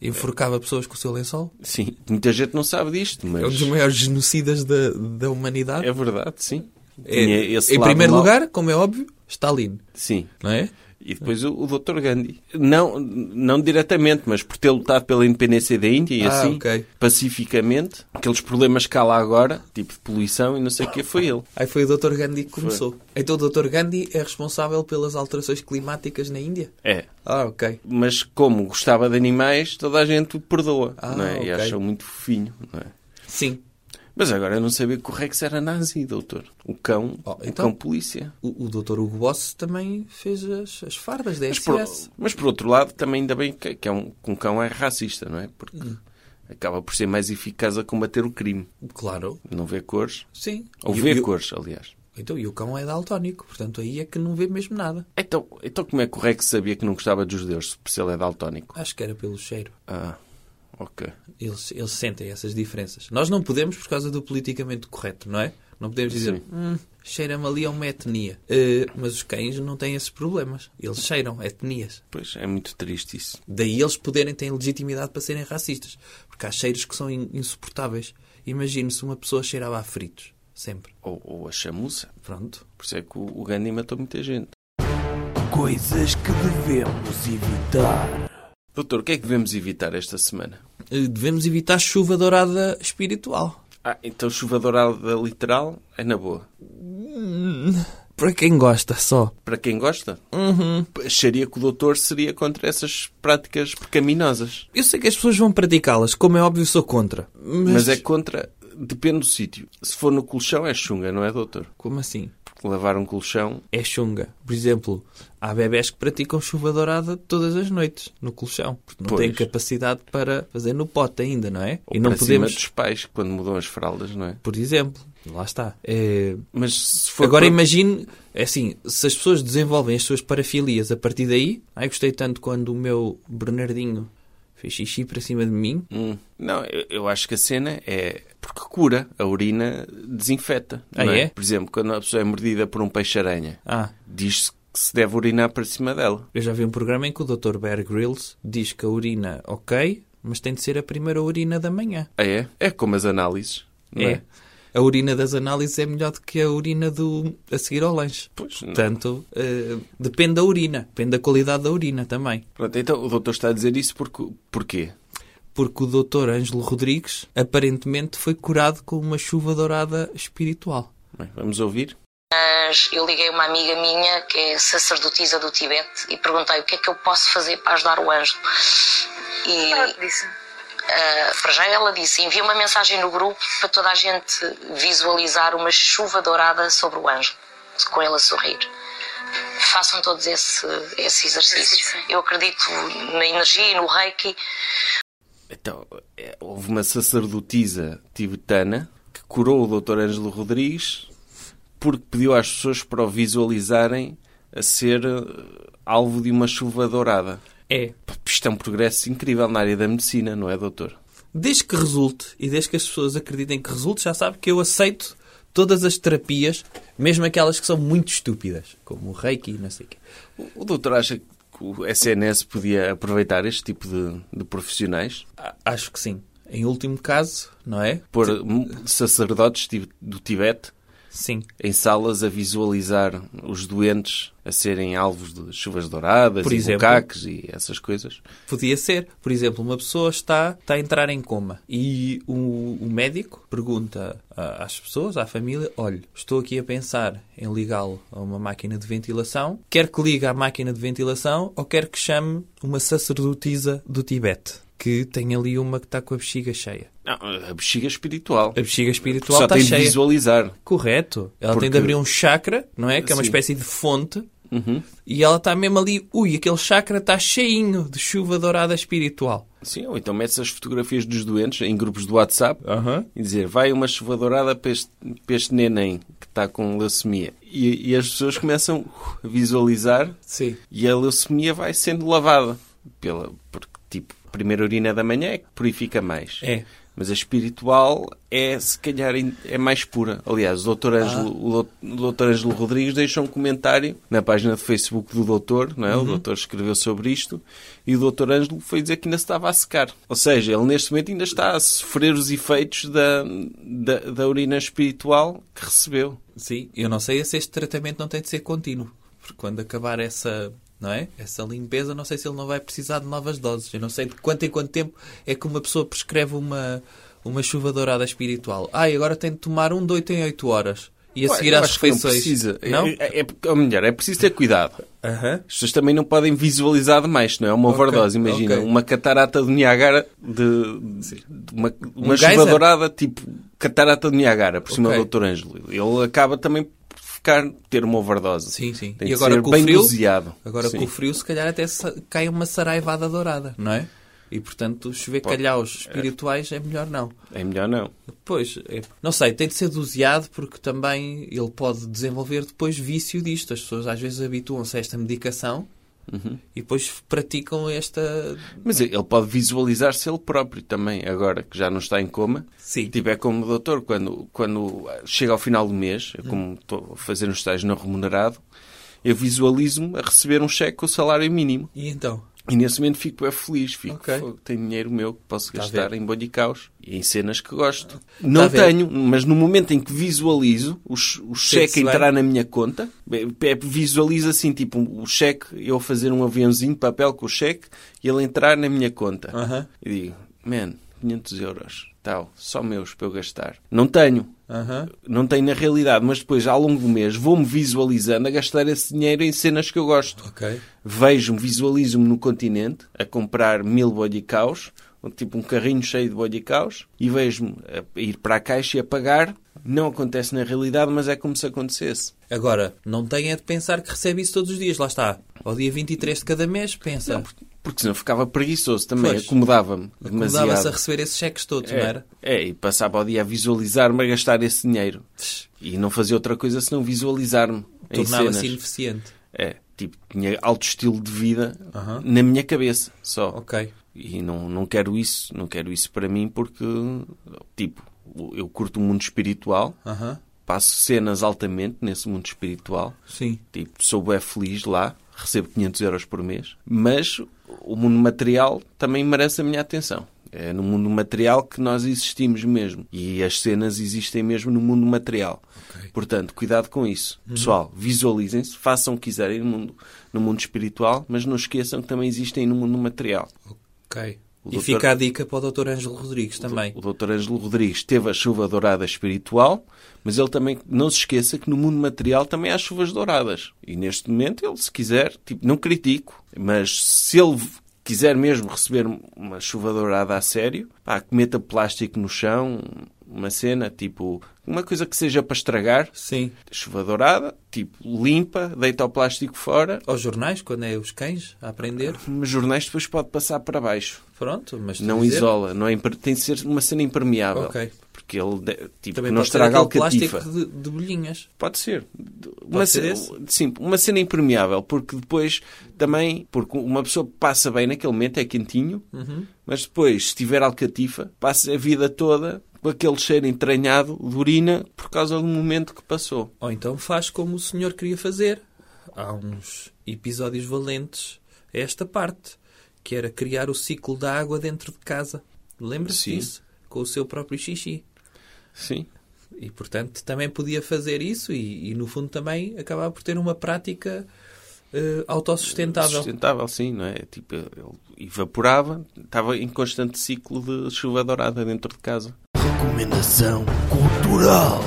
Speaker 2: Enforcava pessoas com o seu lençol.
Speaker 1: Sim, muita gente não sabe disto, mas
Speaker 2: É um dos maiores genocidas da, da humanidade.
Speaker 1: é verdade, sim.
Speaker 2: É,
Speaker 1: Tinha esse
Speaker 2: em
Speaker 1: lado
Speaker 2: primeiro
Speaker 1: mau.
Speaker 2: lugar, como é óbvio, Stalin.
Speaker 1: Sim.
Speaker 2: Não é?
Speaker 1: E depois o, o Dr. Gandhi. Não, não diretamente, mas por ter lutado pela independência da Índia e
Speaker 2: Ah,
Speaker 1: assim,
Speaker 2: ok.
Speaker 1: pacificamente, aqueles problemas que há lá agora, tipo de poluição e não sei o que, foi ele.
Speaker 2: Aí foi o Dr. Gandhi que começou. Então o Dr. Gandhi é responsável pelas alterações climáticas na Índia?
Speaker 1: É.
Speaker 2: Ah, ok.
Speaker 1: Mas como gostava de animais, toda a gente o perdoa.
Speaker 2: Ah,
Speaker 1: não é?
Speaker 2: ok.
Speaker 1: E acham muito fofinho. Não é?
Speaker 2: Sim.
Speaker 1: Mas agora eu não sabia que o Rex era nazi, doutor. O cão,
Speaker 2: Oh,
Speaker 1: o
Speaker 2: então?
Speaker 1: cão polícia.
Speaker 2: O, o Dr. Hugo Boss também fez as, as fardas da
Speaker 1: Mas por,
Speaker 2: SS.
Speaker 1: mas por outro lado, também ainda bem que, que é um, que um cão é racista, não é? Porque acaba por ser mais eficaz a combater o crime.
Speaker 2: Claro.
Speaker 1: Não vê cores.
Speaker 2: Sim.
Speaker 1: Ou
Speaker 2: E o-
Speaker 1: vê
Speaker 2: e o-
Speaker 1: cores, aliás.
Speaker 2: Então, e o cão é daltónico. Portanto, aí é que não vê mesmo nada.
Speaker 1: Então, então como é que o Rex sabia que não gostava dos judeus, se ele é daltónico?
Speaker 2: Acho que era pelo cheiro.
Speaker 1: Ah, ok.
Speaker 2: Eles, eles sentem essas diferenças. Nós não podemos por causa do politicamente correto, não é? Não podemos dizer, hum, cheira-me ali a uma etnia. Eh, mas os cães não têm esses problemas. Eles cheiram etnias.
Speaker 1: Pois, é muito triste isso.
Speaker 2: Daí eles poderem ter legitimidade para serem racistas. Porque há cheiros que são in- insuportáveis. Imagine se uma pessoa cheirava a fritos. Sempre.
Speaker 1: Ou, ou a chamuça.
Speaker 2: Pronto.
Speaker 1: Por isso é que o, o Gandhi matou muita gente.
Speaker 3: Coisas que devemos
Speaker 1: Tá.
Speaker 3: evitar.
Speaker 1: Doutor, o que é que devemos evitar esta semana?
Speaker 2: Eh, Devemos evitar chuva dourada espiritual.
Speaker 1: Ah, então chuva dourada literal é na boa.
Speaker 2: Para quem gosta só.
Speaker 1: Para quem gosta,
Speaker 2: Uhum.
Speaker 1: acharia que o doutor seria contra essas práticas pecaminosas.
Speaker 2: Eu sei que as pessoas vão praticá-las, como é óbvio, sou contra. Mas,
Speaker 1: Mas é contra... Depende do sítio. Se for no colchão é chunga, não é, doutor?
Speaker 2: como assim?
Speaker 1: Porque lavar um colchão...
Speaker 2: É chunga. Por exemplo, há bebés que praticam chuva dourada todas as noites, no colchão. Porque não
Speaker 1: Pois.
Speaker 2: têm capacidade para fazer no pote ainda, não é?
Speaker 1: Ou para cima dos pais, quando mudam as fraldas, não é?
Speaker 2: Por exemplo, lá está. É,
Speaker 1: Mas se for...
Speaker 2: Agora
Speaker 1: para-
Speaker 2: imagine, é assim, se as pessoas desenvolvem as suas parafilias a partir daí, ai gostei tanto quando o meu Bernardinho fez xixi para cima de mim,
Speaker 1: Hum. Não, eu, eu acho que a cena é porque cura. A urina desinfeta.
Speaker 2: Ah,
Speaker 1: não
Speaker 2: é?
Speaker 1: Por exemplo, quando uma pessoa é mordida por um peixe-aranha,
Speaker 2: ah,
Speaker 1: diz-se que se deve urinar para cima dela.
Speaker 2: eu já vi um programa em que o Dr. Bear Grylls diz que a urina, ok, mas tem de ser a primeira urina da manhã.
Speaker 1: Ah, é? É como as análises. não
Speaker 2: É. A urina das análises é melhor do que a urina do a seguir ao lanche.
Speaker 1: Pois, não.
Speaker 2: Portanto, eh, depende da urina, depende da qualidade da urina também.
Speaker 1: Pronto, então o doutor está a dizer isso porque... Porquê?
Speaker 2: Porque o Dr. Ângelo Rodrigues aparentemente foi curado com uma chuva dourada espiritual.
Speaker 1: Bem, vamos ouvir?
Speaker 6: Mas eu liguei uma amiga minha que é sacerdotisa do Tibete e perguntei o que é que eu posso fazer para ajudar o Ângelo. E ah, para já ela disse, envia uma mensagem no grupo para toda a gente visualizar uma chuva dourada sobre o Ângelo, com ele a sorrir. Façam todos esse, esse exercício. Eu acredito na energia e no reiki.
Speaker 1: Então, é, houve uma sacerdotisa tibetana que curou o Dr. Ângelo Rodrigues porque pediu às pessoas para o visualizarem a ser eh, alvo de uma chuva dourada.
Speaker 2: É.
Speaker 1: Pá, Isto é um progresso incrível na área da medicina, não é, doutor?
Speaker 2: Desde que resulte e desde que as pessoas acreditem que resulte, já sabe que eu aceito todas as terapias, mesmo aquelas que são muito estúpidas, como o Reiki e não sei o quê.
Speaker 1: O, o doutor acha que o SNS podia aproveitar este tipo de, de profissionais?
Speaker 2: A- Acho que sim. em último caso, não é?
Speaker 1: Pôr hum, sacerdotes ti- do Tibete
Speaker 2: Sim.
Speaker 1: em salas a visualizar os doentes a serem alvos de chuvas douradas
Speaker 2: Por
Speaker 1: e
Speaker 2: exemplo.
Speaker 1: bucaques e essas coisas.
Speaker 2: Podia ser, por exemplo, uma pessoa está, está a entrar em coma e o, o médico pergunta a- às pessoas, à família: olha, estou aqui a pensar em ligá-lo a uma máquina de ventilação, quer que ligue à máquina de ventilação ou quer que chame uma sacerdotisa do Tibete, que tem ali uma que está com a bexiga cheia.
Speaker 1: Não, a bexiga espiritual.
Speaker 2: A bexiga espiritual
Speaker 1: Só
Speaker 2: está
Speaker 1: tem de
Speaker 2: cheia.
Speaker 1: visualizar.
Speaker 2: Correto. Ela tem de
Speaker 1: Porque-
Speaker 2: abrir um chakra, não é? Que é uma
Speaker 1: Sim. Uhum.
Speaker 2: espécie de fonte. E ela está mesmo ali, ui, aquele chakra está cheinho de chuva dourada espiritual.
Speaker 1: Sim, ou então metes as fotografias dos doentes em grupos do WhatsApp
Speaker 2: Aham.
Speaker 1: e dizer vai uma chuva dourada para este, para este neném que está com leucemia. E, e as pessoas começam uh, a visualizar
Speaker 2: Sim.
Speaker 1: e a leucemia vai sendo lavada. Pela, porque, tipo, a primeira urina da manhã é que purifica mais.
Speaker 2: É.
Speaker 1: Mas a espiritual é, se calhar, in- é mais pura. Aliás, o Dr.
Speaker 2: Ah.
Speaker 1: Ângelo, o dout- o doutor Ângelo Rodrigues deixou um comentário na página do Facebook do doutor, não é?
Speaker 2: Uhum.
Speaker 1: O doutor escreveu sobre isto e o doutor Ângelo foi dizer que ainda se estava a secar. Ou seja, ele neste momento ainda está a sofrer os efeitos da, da, da urina espiritual que recebeu.
Speaker 2: Sim. Eu não sei se este tratamento não tem de ser contínuo. Porque quando acabar essa, não é? Essa limpeza, não sei se ele não vai precisar de novas doses. Eu não sei de quanto em quanto tempo é que uma pessoa prescreve uma, uma chuva dourada espiritual. Ah, e agora tem de tomar um de 8 em 8 horas. E a
Speaker 1: Ué,
Speaker 2: seguir
Speaker 1: eu
Speaker 2: às
Speaker 1: acho que não
Speaker 2: refeições.
Speaker 1: precisa.
Speaker 2: Não? É.
Speaker 1: É, é, é- ou melhor, é preciso ter cuidado.
Speaker 2: Aham.
Speaker 1: As pessoas também não podem visualizar demais, não é? Uma
Speaker 2: Ok,
Speaker 1: overdose, imagina.
Speaker 2: ok.
Speaker 1: Uma catarata do Niagara de, de uma, uma chuva
Speaker 2: Um geyser?
Speaker 1: dourada, tipo catarata do Niagara, por cima
Speaker 2: Ok.
Speaker 1: do Dr. Ângelo. Ele acaba também por ficar, ter uma overdose.
Speaker 2: Sim, sim.
Speaker 1: Tem
Speaker 2: e
Speaker 1: de
Speaker 2: agora
Speaker 1: ser
Speaker 2: com
Speaker 1: bem
Speaker 2: o frio,
Speaker 1: doseado.
Speaker 2: Agora
Speaker 1: Sim.
Speaker 2: com o frio, se calhar até sa- cai uma saraivada dourada, não é? E portanto, os chuvecalhaus espirituais é melhor não.
Speaker 1: É melhor não.
Speaker 2: Pois, é- não sei, tem de ser doseado porque também ele pode desenvolver depois vício disto. As pessoas às vezes habituam-se a esta medicação
Speaker 1: Uhum.
Speaker 2: e depois praticam esta.
Speaker 1: Mas ele pode visualizar-se ele próprio também, agora que já não está em coma.
Speaker 2: Sim.
Speaker 1: Tipo, é como o doutor, quando, quando chega ao final do mês, eu como estou a fazer uns estágios não remunerado, eu visualizo-me a receber um cheque com o salário mínimo.
Speaker 2: E então?
Speaker 1: E nesse momento fico é feliz, fico,
Speaker 2: Ok.
Speaker 1: "Fogo, tenho dinheiro meu que posso
Speaker 2: Tá a
Speaker 1: gastar
Speaker 2: ver. Tá
Speaker 1: em boicaus e em cenas que gosto. Não
Speaker 2: a ver.
Speaker 1: tenho, mas no momento em que visualizo o, ch- o cheque
Speaker 2: bem.
Speaker 1: entrar na minha conta, be- be- visualizo assim, tipo, um- o cheque, eu fazer um aviãozinho de papel com o cheque e ele entrar na minha conta.
Speaker 2: Aham.
Speaker 1: E digo, man, 500 euros, tal, só meus para eu gastar. Não tenho.
Speaker 2: Aham.
Speaker 1: Não tenho na realidade, mas depois, ao longo do mês, vou-me visualizando a gastar esse dinheiro em cenas que eu gosto.
Speaker 2: Ok.
Speaker 1: Vejo-me, visualizo-me no continente a comprar mil bodycaus, ou tipo um carrinho cheio de bodycaus, e vejo-me a ir para a caixa e a pagar. Não acontece na realidade, mas é como se acontecesse.
Speaker 2: Agora, não tenha de pensar que recebe isso todos os dias, lá está. Ao dia 23 de cada mês, pensa.
Speaker 1: Porque senão ficava preguiçoso também,
Speaker 2: Pois.
Speaker 1: acomodava-me demasiado.
Speaker 2: Acomodava-se a receber esses cheques todos, não
Speaker 1: é,
Speaker 2: era?
Speaker 1: é, e passava o dia a visualizar-me a gastar esse dinheiro. E não fazia outra coisa senão visualizar-me em
Speaker 2: Tornava-se
Speaker 1: cenas.
Speaker 2: ineficiente.
Speaker 1: É, tipo, tinha alto estilo de vida na minha cabeça só.
Speaker 2: Ok.
Speaker 1: E não, não quero isso, não quero isso para mim porque, tipo, eu curto o mundo espiritual,
Speaker 2: Aham.
Speaker 1: passo cenas altamente nesse mundo espiritual,
Speaker 2: Sim.
Speaker 1: tipo, sou bem feliz lá, recebo 500 euros por mês, mas o mundo material também merece a minha atenção. É no mundo material que nós existimos mesmo. E as cenas existem mesmo no mundo material. Portanto, cuidado com isso. Pessoal, visualizem-se, façam o que quiserem no mundo, no mundo espiritual, mas não esqueçam que também existem no mundo material.
Speaker 2: Ok.
Speaker 1: O
Speaker 2: e
Speaker 1: doutor-
Speaker 2: fica a dica para o Dr. Ângelo Rodrigues também.
Speaker 1: O Dr. Ângelo Rodrigues teve a chuva dourada espiritual, mas ele também não se esqueça que no mundo material também há chuvas douradas. E neste momento ele, se quiser, tipo, não critico, mas se ele quiser mesmo receber uma chuva dourada a sério, pá, que meta plástico no chão, uma cena, tipo, uma coisa que seja para estragar,
Speaker 2: Sim.
Speaker 1: chuva dourada, tipo, limpa, deita o plástico fora,
Speaker 2: Aos jornais, quando é os cães a aprender.
Speaker 1: mas jornais depois pode passar para baixo.
Speaker 2: Pronto, mas
Speaker 1: Não
Speaker 2: dizer-
Speaker 1: isola, não é imper- tem de ser uma cena impermeável.
Speaker 2: Ok.
Speaker 1: Porque ele de- tipo,
Speaker 2: Também
Speaker 1: não
Speaker 2: pode ser
Speaker 1: estraga a
Speaker 2: aquele
Speaker 1: alcatifa.
Speaker 2: plástico de, de bolhinhas.
Speaker 1: Pode ser. uma,
Speaker 2: ser
Speaker 1: ce-
Speaker 2: esse?
Speaker 1: sim, uma cena impermeável, porque depois também, porque uma pessoa passa bem naquele momento, é quentinho,
Speaker 2: Uhum.
Speaker 1: mas depois, se tiver alcatifa, passa a vida toda com aquele cheiro entranhado de urina por causa do momento que passou.
Speaker 2: Ou então faz como o senhor queria fazer. Há uns episódios valentes a esta parte, que era criar o ciclo da água dentro de casa. Lembra-se
Speaker 1: Sim.
Speaker 2: disso? Com o seu próprio xixi.
Speaker 1: Sim.
Speaker 2: E, portanto, também podia fazer isso e, e, no fundo, também acabava por ter uma prática eh, autossustentável.
Speaker 1: Sustentável, sim, não é? Tipo, ele evaporava, estava em constante ciclo de chuva dourada dentro de casa.
Speaker 3: Recomendação cultural.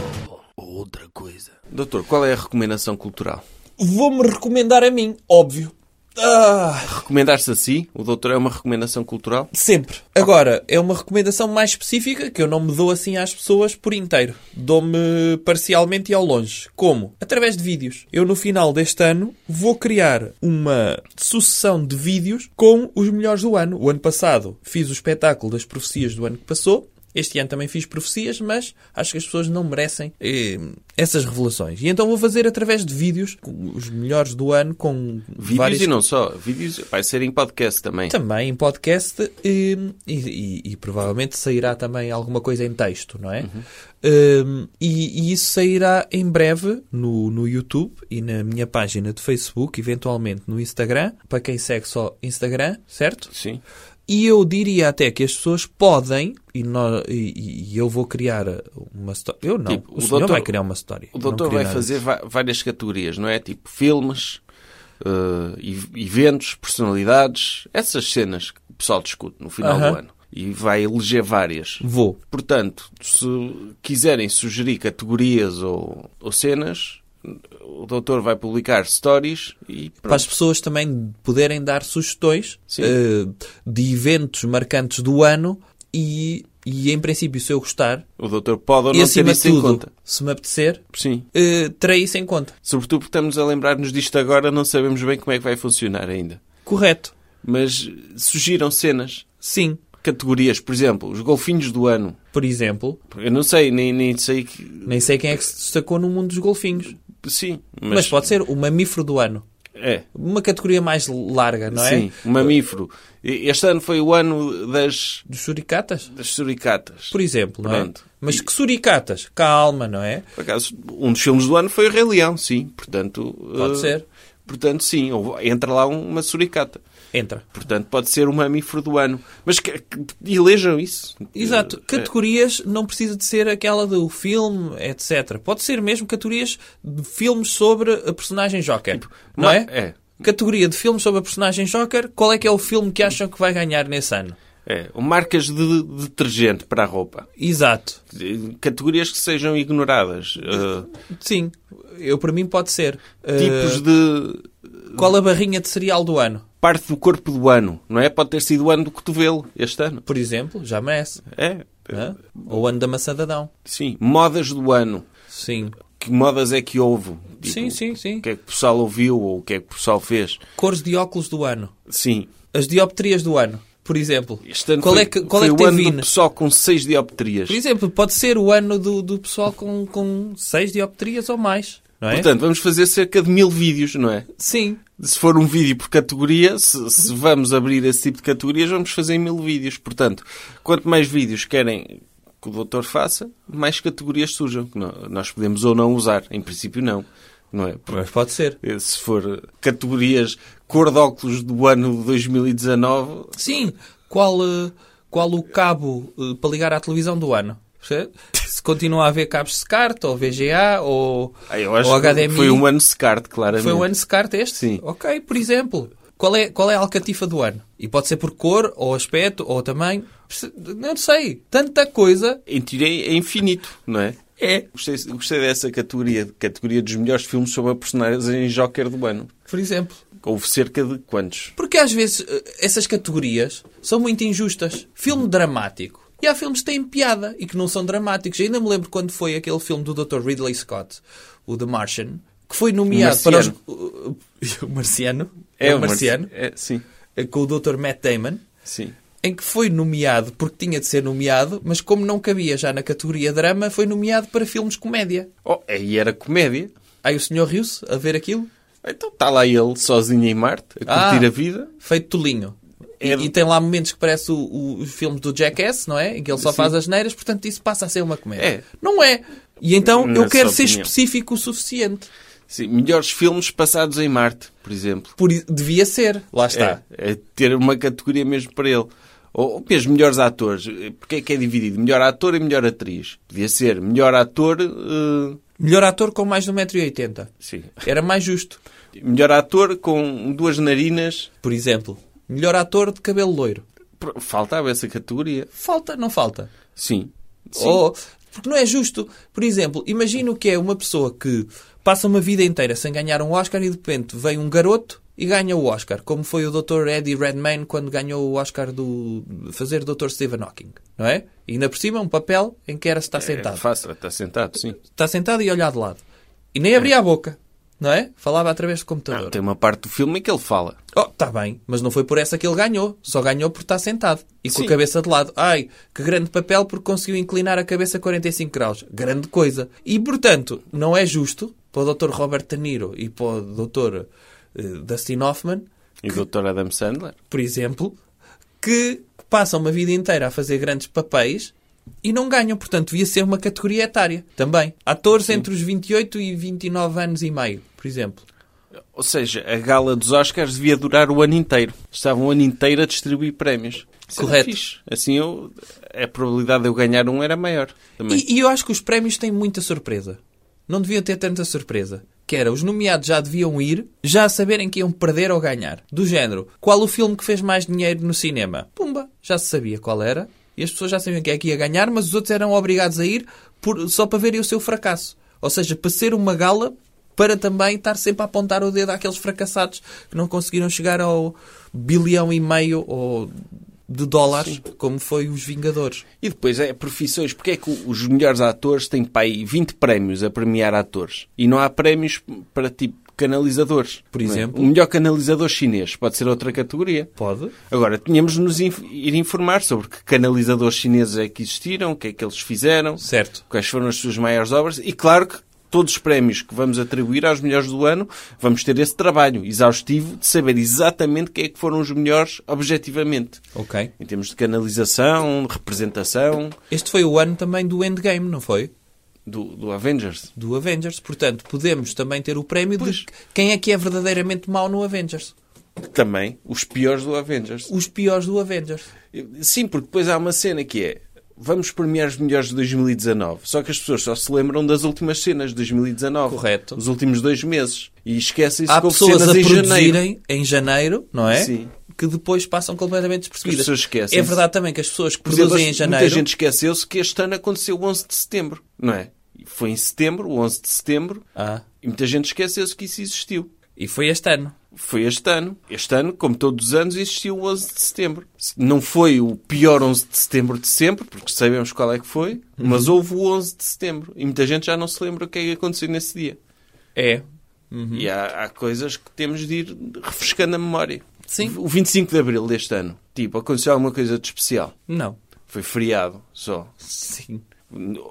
Speaker 3: Outra coisa.
Speaker 1: Doutor, qual é a recomendação cultural?
Speaker 2: Vou-me recomendar a mim, óbvio. Ah,
Speaker 1: Recomendar-se a si? O doutor é uma recomendação cultural?
Speaker 2: sempre. Agora, é uma recomendação mais específica que eu não me dou assim às pessoas por inteiro. Dou-me parcialmente e ao longe. Como? Através de vídeos. Eu, no final deste ano, vou criar uma sucessão de vídeos com os melhores do ano. O ano passado fiz o espetáculo das profecias do ano que passou. Este ano também fiz profecias, mas acho que as pessoas não merecem eh, essas revelações. E então vou fazer através de vídeos com os melhores do ano com
Speaker 1: Vídeos
Speaker 2: vários
Speaker 1: e não só. Vídeos vai ser em podcast também.
Speaker 2: também em podcast ehm, e, e- e- e provavelmente sairá também alguma coisa em texto, não é?
Speaker 1: Uhum.
Speaker 2: Um, e, e isso sairá em breve no, no YouTube e na minha página de Facebook, eventualmente no Instagram, para quem segue só Instagram, certo?
Speaker 1: Sim.
Speaker 2: E eu diria até que as pessoas podem, e, nó- e- e- e eu vou criar uma história. Eu não,
Speaker 1: Tipo,
Speaker 2: o,
Speaker 1: o
Speaker 2: senhor
Speaker 1: doutor-
Speaker 2: vai criar uma história.
Speaker 1: O
Speaker 2: Eu não
Speaker 1: doutor
Speaker 2: queria
Speaker 1: vai
Speaker 2: nada
Speaker 1: fazer
Speaker 2: disso.
Speaker 1: va- várias categorias, não é? Tipo filmes, eh, e- eventos, personalidades, essas cenas que o pessoal discute no final
Speaker 2: Aham.
Speaker 1: do ano. E vai eleger várias.
Speaker 2: Vou.
Speaker 1: Portanto, se quiserem sugerir categorias ou, ou cenas, o doutor vai publicar stories e
Speaker 2: para
Speaker 1: pronto.
Speaker 2: as pessoas também poderem dar sugestões
Speaker 1: Sim.
Speaker 2: eh, de eventos marcantes do ano e, e em princípio, se eu gostar,
Speaker 1: o doutor pode ou
Speaker 2: e
Speaker 1: não ter
Speaker 2: acima de
Speaker 1: isso em
Speaker 2: tudo,
Speaker 1: conta.
Speaker 2: se me apetecer,
Speaker 1: Sim.
Speaker 2: eh, terei isso em conta.
Speaker 1: Sobretudo porque estamos a lembrar-nos disto agora, não sabemos bem como é que vai funcionar ainda.
Speaker 2: Correto.
Speaker 1: Mas sugiram cenas,
Speaker 2: Sim.
Speaker 1: categorias, por exemplo, os golfinhos do ano.
Speaker 2: Por exemplo,
Speaker 1: Eu não sei, nem, nem sei que.
Speaker 2: nem sei quem é que se destacou no mundo dos golfinhos,
Speaker 1: Sim, mas.
Speaker 2: mas, pode ser o mamífero do ano.
Speaker 1: É.
Speaker 2: Uma categoria mais larga, não é?
Speaker 1: Sim, um mamífero. E- Este ano foi o ano das,
Speaker 2: Dos suricatas,
Speaker 1: das suricatas.
Speaker 2: por exemplo, não é?
Speaker 1: Pronto.
Speaker 2: Mas que suricatas? Calma, não é?
Speaker 1: Por acaso, um dos filmes do ano foi o Rei Leão, sim. Portanto,
Speaker 2: Pode
Speaker 1: eh,
Speaker 2: ser.
Speaker 1: Portanto, sim, houve- entra lá um- uma suricata.
Speaker 2: Entra.
Speaker 1: Portanto, pode ser um mamífero do ano. Mas que, que- elejam isso.
Speaker 2: Exato.
Speaker 1: Eh,
Speaker 2: Categorias não precisa de ser aquela do filme, etc. Pode ser mesmo categorias de filmes sobre a personagem Joker. não
Speaker 1: ma-
Speaker 2: é?
Speaker 1: é.
Speaker 2: Categoria de filmes sobre a personagem Joker. Qual é que é o filme que acham que vai ganhar nesse ano?
Speaker 1: é, ou marcas de- de detergente para a roupa.
Speaker 2: Exato.
Speaker 1: Eh, Categorias que sejam ignoradas. Eh,
Speaker 2: Sim. Eu, para mim, pode ser.
Speaker 1: tipos
Speaker 2: Uh,
Speaker 1: de
Speaker 2: Qual a barrinha de cereal do ano?
Speaker 1: parte do corpo do ano, não é? Pode ter sido o ano do cotovelo, este ano.
Speaker 2: Por exemplo, já merece.
Speaker 1: É.
Speaker 2: Hã? Ou o ano da maçadadão.
Speaker 1: Sim. Modas do ano.
Speaker 2: Sim.
Speaker 1: Que modas é que houve? Tipo,
Speaker 2: Sim, sim, sim.
Speaker 1: O que é que o pessoal ouviu ou o que é que o pessoal fez?
Speaker 2: Cores de óculos do ano.
Speaker 1: Sim.
Speaker 2: As dioptrias do ano, por exemplo.
Speaker 1: Este ano
Speaker 2: qual
Speaker 1: foi,
Speaker 2: é que, qual
Speaker 1: foi
Speaker 2: é que
Speaker 1: o ano
Speaker 2: teve
Speaker 1: do
Speaker 2: INE?
Speaker 1: pessoal com 6 dioptrias.
Speaker 2: Por exemplo, pode ser o ano do, do pessoal com, com seis dioptrias ou mais, não é?
Speaker 1: Portanto, vamos fazer cerca de mil vídeos, não é?
Speaker 2: Sim,
Speaker 1: Se for um vídeo por categoria, se, se vamos abrir esse tipo de categorias, vamos fazer mil vídeos. Portanto, quanto mais vídeos querem que o doutor faça, mais categorias surjam. que nó- Nós podemos ou não usar. Em princípio, não. Não é? Porque
Speaker 2: mas pode ser.
Speaker 1: se for categorias cor de óculos do ano 2019,
Speaker 2: Sim, qual, eh, qual o cabo eh, para ligar à televisão do ano? Percebe? Se continua a haver cabos SCART ou VGA ou,
Speaker 1: ah, eu acho
Speaker 2: ou
Speaker 1: que
Speaker 2: HDMI.
Speaker 1: foi um ano secarte, claramente.
Speaker 2: Foi um ano SCART este?
Speaker 1: Sim.
Speaker 2: Ok, por exemplo. Qual é, qual é a alcatifa do ano? E pode ser por cor, ou aspecto, ou tamanho. Perce- Não sei. Tanta coisa.
Speaker 1: Em teoria, é infinito, não é?
Speaker 2: É.
Speaker 1: Gostei, gostei dessa categoria, categoria dos melhores filmes sobre a personagem Joker do ano.
Speaker 2: Por exemplo.
Speaker 1: Houve cerca de quantos?
Speaker 2: Porque às vezes eh, essas categorias são muito injustas. Filme dramático. E há filmes que têm piada e que não são dramáticos. Eu ainda me lembro quando foi aquele filme do Dr. Ridley Scott, o The Martian, que foi nomeado para os.
Speaker 1: Marciano.
Speaker 2: O Marciano? É, o
Speaker 1: um
Speaker 2: Marciano.
Speaker 1: marci- É, sim,
Speaker 2: eh, Com o Dr. Matt Damon.
Speaker 1: sim.
Speaker 2: Em que foi nomeado, porque tinha de ser nomeado, mas como não cabia já na categoria drama, foi nomeado para filmes comédia.
Speaker 1: Oh, aí era comédia.
Speaker 2: Aí o senhor riu-se a ver aquilo?
Speaker 1: Então está lá ele sozinho em Marte, a
Speaker 2: Ah.
Speaker 1: curtir a vida.
Speaker 2: feito tolinho. E,
Speaker 1: É-
Speaker 2: e tem lá momentos que parece o, o, os filmes do Jackass, não é? Em que ele só faz as neiras, portanto isso passa a ser uma comédia.
Speaker 1: É.
Speaker 2: Não é. E então
Speaker 1: Na
Speaker 2: eu quero
Speaker 1: sua
Speaker 2: ser
Speaker 1: opinião.
Speaker 2: específico o suficiente.
Speaker 1: Sim, melhores filmes passados em Marte, por exemplo.
Speaker 2: Por, i- devia ser. Lá está.
Speaker 1: É, é ter uma categoria mesmo para ele. Ou ou mesmo melhores atores. Porque é que é dividido? Melhor ator e melhor atriz. Devia ser melhor ator. eh,
Speaker 2: Melhor ator com mais de 1,80m.
Speaker 1: Sim.
Speaker 2: Era mais justo.
Speaker 1: Melhor ator com duas narinas.
Speaker 2: Por exemplo, melhor ator de cabelo loiro.
Speaker 1: Pr- Faltava essa categoria.
Speaker 2: Falta, não falta.
Speaker 1: Sim. Oh, Sim.
Speaker 2: Ou, porque não é justo. Por exemplo, imagino que é uma pessoa que passa uma vida inteira sem ganhar um Oscar e de repente vem um garoto e ganha o Oscar, como foi o Dr. Eddie Redmayne quando ganhou o Oscar do de fazer Dr. Stephen Hawking, não é? E ainda por cima um papel em que era se está
Speaker 1: É
Speaker 2: sentado.
Speaker 1: fácil, está sentado, sim.
Speaker 2: Está sentado e olhar de lado. E nem abria a boca, não é? Falava através do computador.
Speaker 1: Não, tem uma parte do filme em que ele fala.
Speaker 2: Oh, está bem, mas não foi por essa que ele ganhou. Só ganhou por estar sentado e com
Speaker 1: Sim.
Speaker 2: a cabeça de lado. Ai, que grande papel porque conseguiu inclinar a cabeça 45 graus. Grande coisa. E, portanto, não é justo para o Dr. Robert De Niro e para o Dr. eh, Dustin Hoffman,
Speaker 1: E o Dr. Adam Sandler.
Speaker 2: por exemplo, que passam uma vida inteira a fazer grandes papéis e não ganham. Portanto, devia ser uma categoria etária também. Atores entre os 28 e 29 anos e meio, por exemplo.
Speaker 1: Ou seja, a gala dos Oscars devia durar o ano inteiro. Estavam o ano inteiro a distribuir prémios. Isso era
Speaker 2: Correto.
Speaker 1: fixe. Assim eu, a probabilidade de eu ganhar um era maior. Também.
Speaker 2: E, e eu acho que os prémios têm muita surpresa. Não deviam ter tanta surpresa. Que era, os nomeados já deviam ir, já a saberem que iam perder ou ganhar. Do género, qual o filme que fez mais dinheiro no cinema? Pumba, já se sabia qual era. E as pessoas já sabiam quem é que ia ganhar, mas os outros eram obrigados a ir por- só para verem o seu fracasso. Ou seja, para ser uma gala, para também estar sempre a apontar o dedo àqueles fracassados que não conseguiram chegar ao bilhão e meio ou de dólares, como foi os Vingadores.
Speaker 1: E depois é profissões. Porque é que os melhores atores têm para aí 20 prémios a premiar atores? E não há prémios para tipo canalizadores.
Speaker 2: Por
Speaker 1: Não é?
Speaker 2: exemplo?
Speaker 1: O melhor canalizador chinês pode ser outra categoria.
Speaker 2: Pode?
Speaker 1: Agora, tínhamos de nos inf- ir informar sobre que canalizadores chineses é que existiram, o que é que eles fizeram,
Speaker 2: Certo.
Speaker 1: quais foram as suas maiores obras e, claro, que todos os prémios que vamos atribuir aos melhores do ano, vamos ter esse trabalho exaustivo de saber exatamente quem é que foram os melhores objetivamente.
Speaker 2: Ok.
Speaker 1: Em termos de canalização, de representação
Speaker 2: Este foi o ano também do Endgame, não foi?
Speaker 1: do, do Avengers.
Speaker 2: Do Avengers. Portanto, podemos também ter o prémio
Speaker 1: Pois.
Speaker 2: de quem é que é verdadeiramente mau no Avengers.
Speaker 1: Também, os piores do Avengers.
Speaker 2: Os piores do Avengers.
Speaker 1: Sim, porque depois há uma cena que é vamos premiar os melhores de 2019. Só que as pessoas só se lembram das últimas cenas de 2019.
Speaker 2: Correto.
Speaker 1: Os últimos dois meses. E esquecem-se
Speaker 2: Há
Speaker 1: que houve
Speaker 2: pessoas
Speaker 1: cenas
Speaker 2: a
Speaker 1: em janeiro.
Speaker 2: produzirem em janeiro, não é?
Speaker 1: Sim.
Speaker 2: Que depois passam completamente despercebidas.
Speaker 1: As pessoas esquecem-se.
Speaker 2: É verdade também que as pessoas que
Speaker 1: Por exemplo,
Speaker 2: produzem em
Speaker 1: as-
Speaker 2: janeiro.
Speaker 1: Muita gente esqueceu-se que este ano aconteceu o 11 de setembro, não é? E Foi em setembro, o 11 de setembro,
Speaker 2: Ah,
Speaker 1: e muita gente esqueceu-se que isso existiu.
Speaker 2: e foi este ano.
Speaker 1: Foi este ano. Este ano, como todos os anos, existiu o 11 de setembro. Não foi o pior 11 de setembro de sempre, porque sabemos qual é que foi,
Speaker 2: Uhum.
Speaker 1: mas houve o 11 de setembro. E muita gente já não se lembra o que é que aconteceu nesse dia.
Speaker 2: É.
Speaker 1: E há, há coisas que temos de ir refrescando a memória.
Speaker 2: Sim.
Speaker 1: O 25 de abril deste ano, tipo, aconteceu alguma coisa de especial.
Speaker 2: Não.
Speaker 1: Foi feriado só.
Speaker 2: Sim.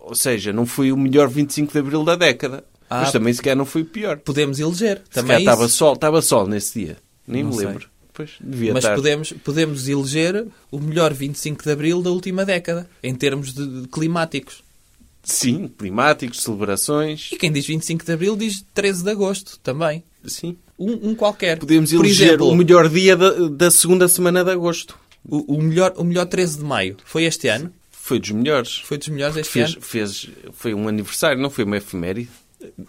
Speaker 1: Ou seja, não foi o melhor 25 de abril da década.
Speaker 2: Ah.
Speaker 1: mas também sequer não foi o pior.
Speaker 2: Podemos eleger.
Speaker 1: Se
Speaker 2: Também
Speaker 1: calhar estava
Speaker 2: isso.
Speaker 1: sol, estava sol nesse dia. Nem
Speaker 2: Não
Speaker 1: me
Speaker 2: sei.
Speaker 1: lembro. Pois, devia
Speaker 2: Mas
Speaker 1: estar.
Speaker 2: podemos, podemos eleger o melhor 25 de abril da última década, em termos de- de climáticos.
Speaker 1: Sim, climáticos, celebrações.
Speaker 2: E quem diz 25 de Abril diz 13 de Agosto também.
Speaker 1: Sim.
Speaker 2: Um, um qualquer.
Speaker 1: Podemos
Speaker 2: Por
Speaker 1: eleger
Speaker 2: exemplo,
Speaker 1: o melhor dia da, da segunda semana de agosto.
Speaker 2: o, o melhor, o melhor 13 de Maio. Foi este ano?
Speaker 1: Foi dos melhores.
Speaker 2: Foi dos melhores este
Speaker 1: Fez,
Speaker 2: ano?
Speaker 1: fez, foi um aniversário, não foi uma efeméride?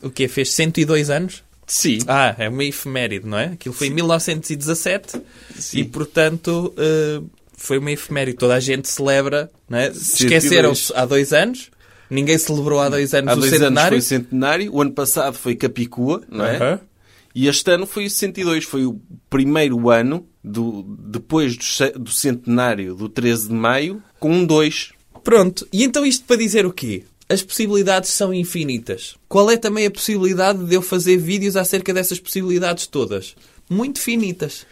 Speaker 2: O quê? Fez 102 anos?
Speaker 1: Sim.
Speaker 2: Ah, é uma efeméride, não é? Aquilo foi em 1917
Speaker 1: Sim.
Speaker 2: e, portanto, eh, foi uma efeméride. Toda a gente celebra, não é? Esqueceram-se há dois anos. Ninguém celebrou há dois anos
Speaker 1: Há
Speaker 2: o
Speaker 1: dois anos
Speaker 2: centenário.
Speaker 1: foi centenário, o ano passado foi Capicua, não é?
Speaker 2: Aham.
Speaker 1: E este ano foi o 102, foi o primeiro ano do, depois do, ce- do centenário do 13 de maio, com um 2.
Speaker 2: Pronto, e então isto para dizer o quê? As possibilidades são infinitas. Qual é também a possibilidade de eu fazer vídeos acerca dessas possibilidades todas? Muito finitas.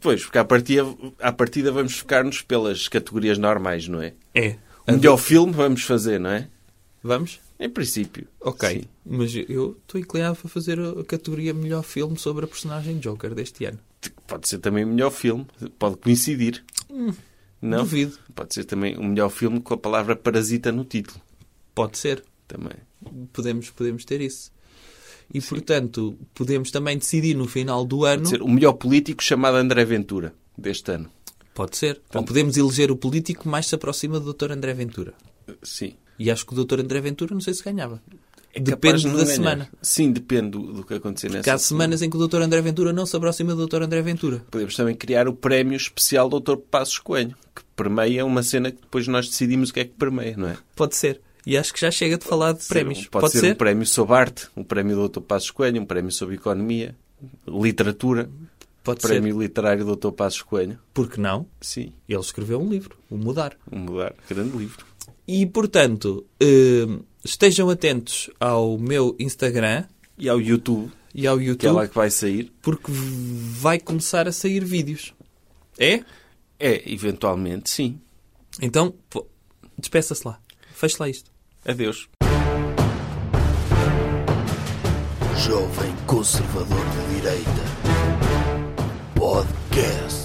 Speaker 1: Pois, porque à partida, à partida vamos focar-nos pelas categorias normais, não é?
Speaker 2: É.
Speaker 1: O melhor filme vamos fazer, não é?
Speaker 2: Vamos?
Speaker 1: Em princípio.
Speaker 2: Ok.
Speaker 1: Sim.
Speaker 2: Mas eu estou inclinado para fazer a categoria melhor filme sobre a personagem Joker deste ano.
Speaker 1: Pode ser também o melhor filme. Pode coincidir. não?
Speaker 2: Hum, duvido.
Speaker 1: Pode ser também o melhor filme com a palavra parasita no título.
Speaker 2: Pode ser.
Speaker 1: Também.
Speaker 2: Podemos, podemos ter isso. E, portanto, podemos também decidir no final do ano.
Speaker 1: Pode ser o melhor político chamado André Ventura deste ano.
Speaker 2: Pode ser. Ou podemos eleger o político que mais se aproxima do Dr. André Ventura.
Speaker 1: Sim.
Speaker 2: E acho que o Dr. André Ventura não sei se ganhava.
Speaker 1: É capaz
Speaker 2: Depende
Speaker 1: de
Speaker 2: da
Speaker 1: não ganhar.
Speaker 2: semana.
Speaker 1: Sim, depende do, do que acontecer
Speaker 2: Porque
Speaker 1: nessa
Speaker 2: há semanas em que o Dr. André Ventura não se aproxima do Dr. André Ventura.
Speaker 1: Podemos também criar o prémio especial Dr. Passos Coelho, que permeia uma cena que depois nós decidimos o que é que permeia, não é?
Speaker 2: Pode ser. E acho que já chega de falar de prémios.
Speaker 1: Pode, ser, um prémio sobre arte, um prémio Dr. Passos Coelho, um prémio sobre economia, literatura,
Speaker 2: Pode
Speaker 1: prémio
Speaker 2: ser.
Speaker 1: literário Dr. Passos Coelho.
Speaker 2: Porque não?
Speaker 1: Sim,
Speaker 2: Ele escreveu um livro, O Mudar.
Speaker 1: um mudar. Grande livro.
Speaker 2: E, portanto, hum, estejam atentos ao meu Instagram
Speaker 1: E ao YouTube,
Speaker 2: e ao
Speaker 1: que é
Speaker 2: YouTube,
Speaker 1: lá que vai sair.
Speaker 2: porque vai começar a sair vídeos. É?
Speaker 1: É, eventualmente, sim.
Speaker 2: Então, pô, despeça-se lá. Feche lá isto.
Speaker 1: Adeus.
Speaker 3: Jovem Conservador de Direita. Podcast.